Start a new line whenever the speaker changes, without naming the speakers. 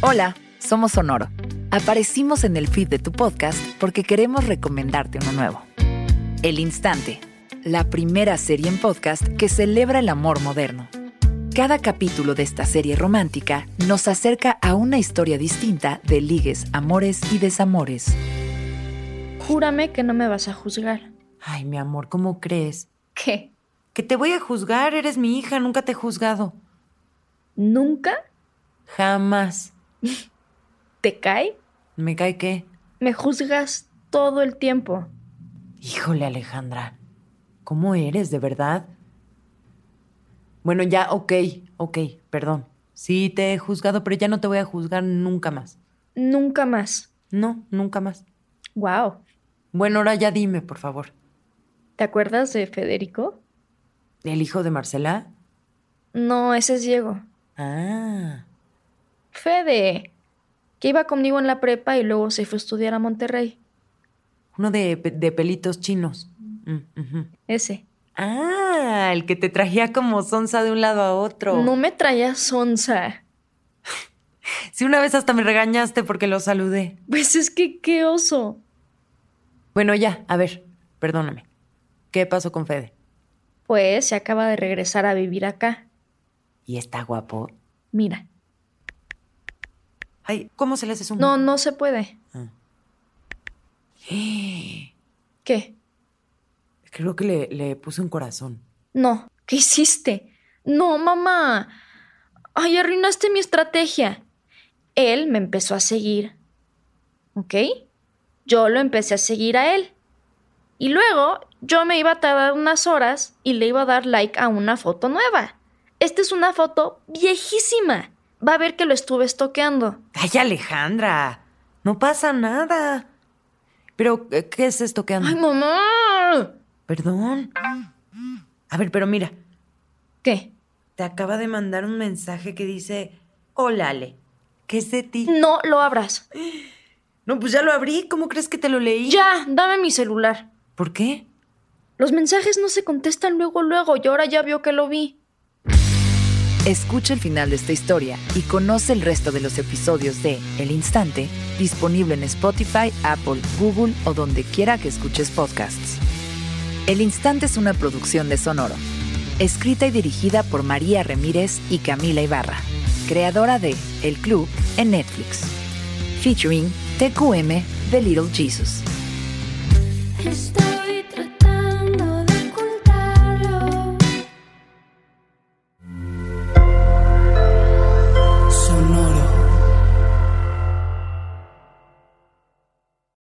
Hola, somos Sonoro. Aparecimos en el feed de tu podcast porque queremos recomendarte uno nuevo. El Instante, la primera serie en podcast que celebra el amor moderno. Cada capítulo de esta serie romántica nos acerca a una historia distinta de ligues, amores y desamores.
Júrame que no me vas a juzgar.
Ay, mi amor, ¿cómo crees?
¿Qué?
Que te voy a juzgar, eres mi hija, nunca te he juzgado.
¿Nunca?
Jamás.
¿Te cae?
¿Me cae qué?
Me juzgas todo el tiempo.
Híjole, Alejandra. ¿Cómo eres, de verdad? Bueno, ya, ok, ok, perdón. Sí, te he juzgado, pero ya no te voy a juzgar nunca más.
Nunca más.
No, nunca más.
Wow.
Bueno, ahora ya dime, por favor.
¿Te acuerdas de Federico?
¿El hijo de Marcela?
No, ese es Diego.
Ah.
Fede, que iba conmigo en la prepa y luego se fue a estudiar a Monterrey.
Uno de, pe- de pelitos chinos. Mm, ujú.
Ese.
Ah, el que te trajía como sonza de un lado a otro.
No me traías sonza.
Si una vez hasta me regañaste porque lo saludé.
Pues es que qué oso.
Bueno, ya, a ver, perdóname. ¿Qué pasó con Fede?
Pues se acaba de regresar a vivir acá.
¿Y está guapo?
Mira.
Ay, ¿cómo se le hace su...
No, no se puede.
Ah.
¿Qué?
Creo que le, le puse un corazón.
No. ¿Qué hiciste? No, mamá. Ay, arruinaste mi estrategia. Él me empezó a seguir. ¿Ok? Yo lo empecé a seguir a él. Y luego yo me iba a tardar unas horas y le iba a dar like a una foto nueva. Esta es una foto viejísima. Va a ver que lo estuve estoqueando.
Ay, Alejandra, no pasa nada. Pero, eh, ¿qué es esto que anda?
¡Ay, mamá!
Perdón. A ver, pero mira,
¿Qué?
te acaba de mandar un mensaje que dice, hola, Ale, ¿qué es de ti?
No lo abras.
No, pues ya lo abrí, ¿cómo crees que te lo leí?
Ya, dame mi celular.
¿Por qué?
Los mensajes no se contestan luego, luego, y ahora ya vio que lo vi.
Escucha el final de esta historia y conoce el resto de los episodios de El Instante, disponible en Spotify, Apple, Google o donde quiera que escuches podcasts. El Instante es una producción de Sonoro, escrita y dirigida por María Ramírez y Camila Ibarra, creadora de El Club en Netflix, featuring TQM de Little Jesus.
It's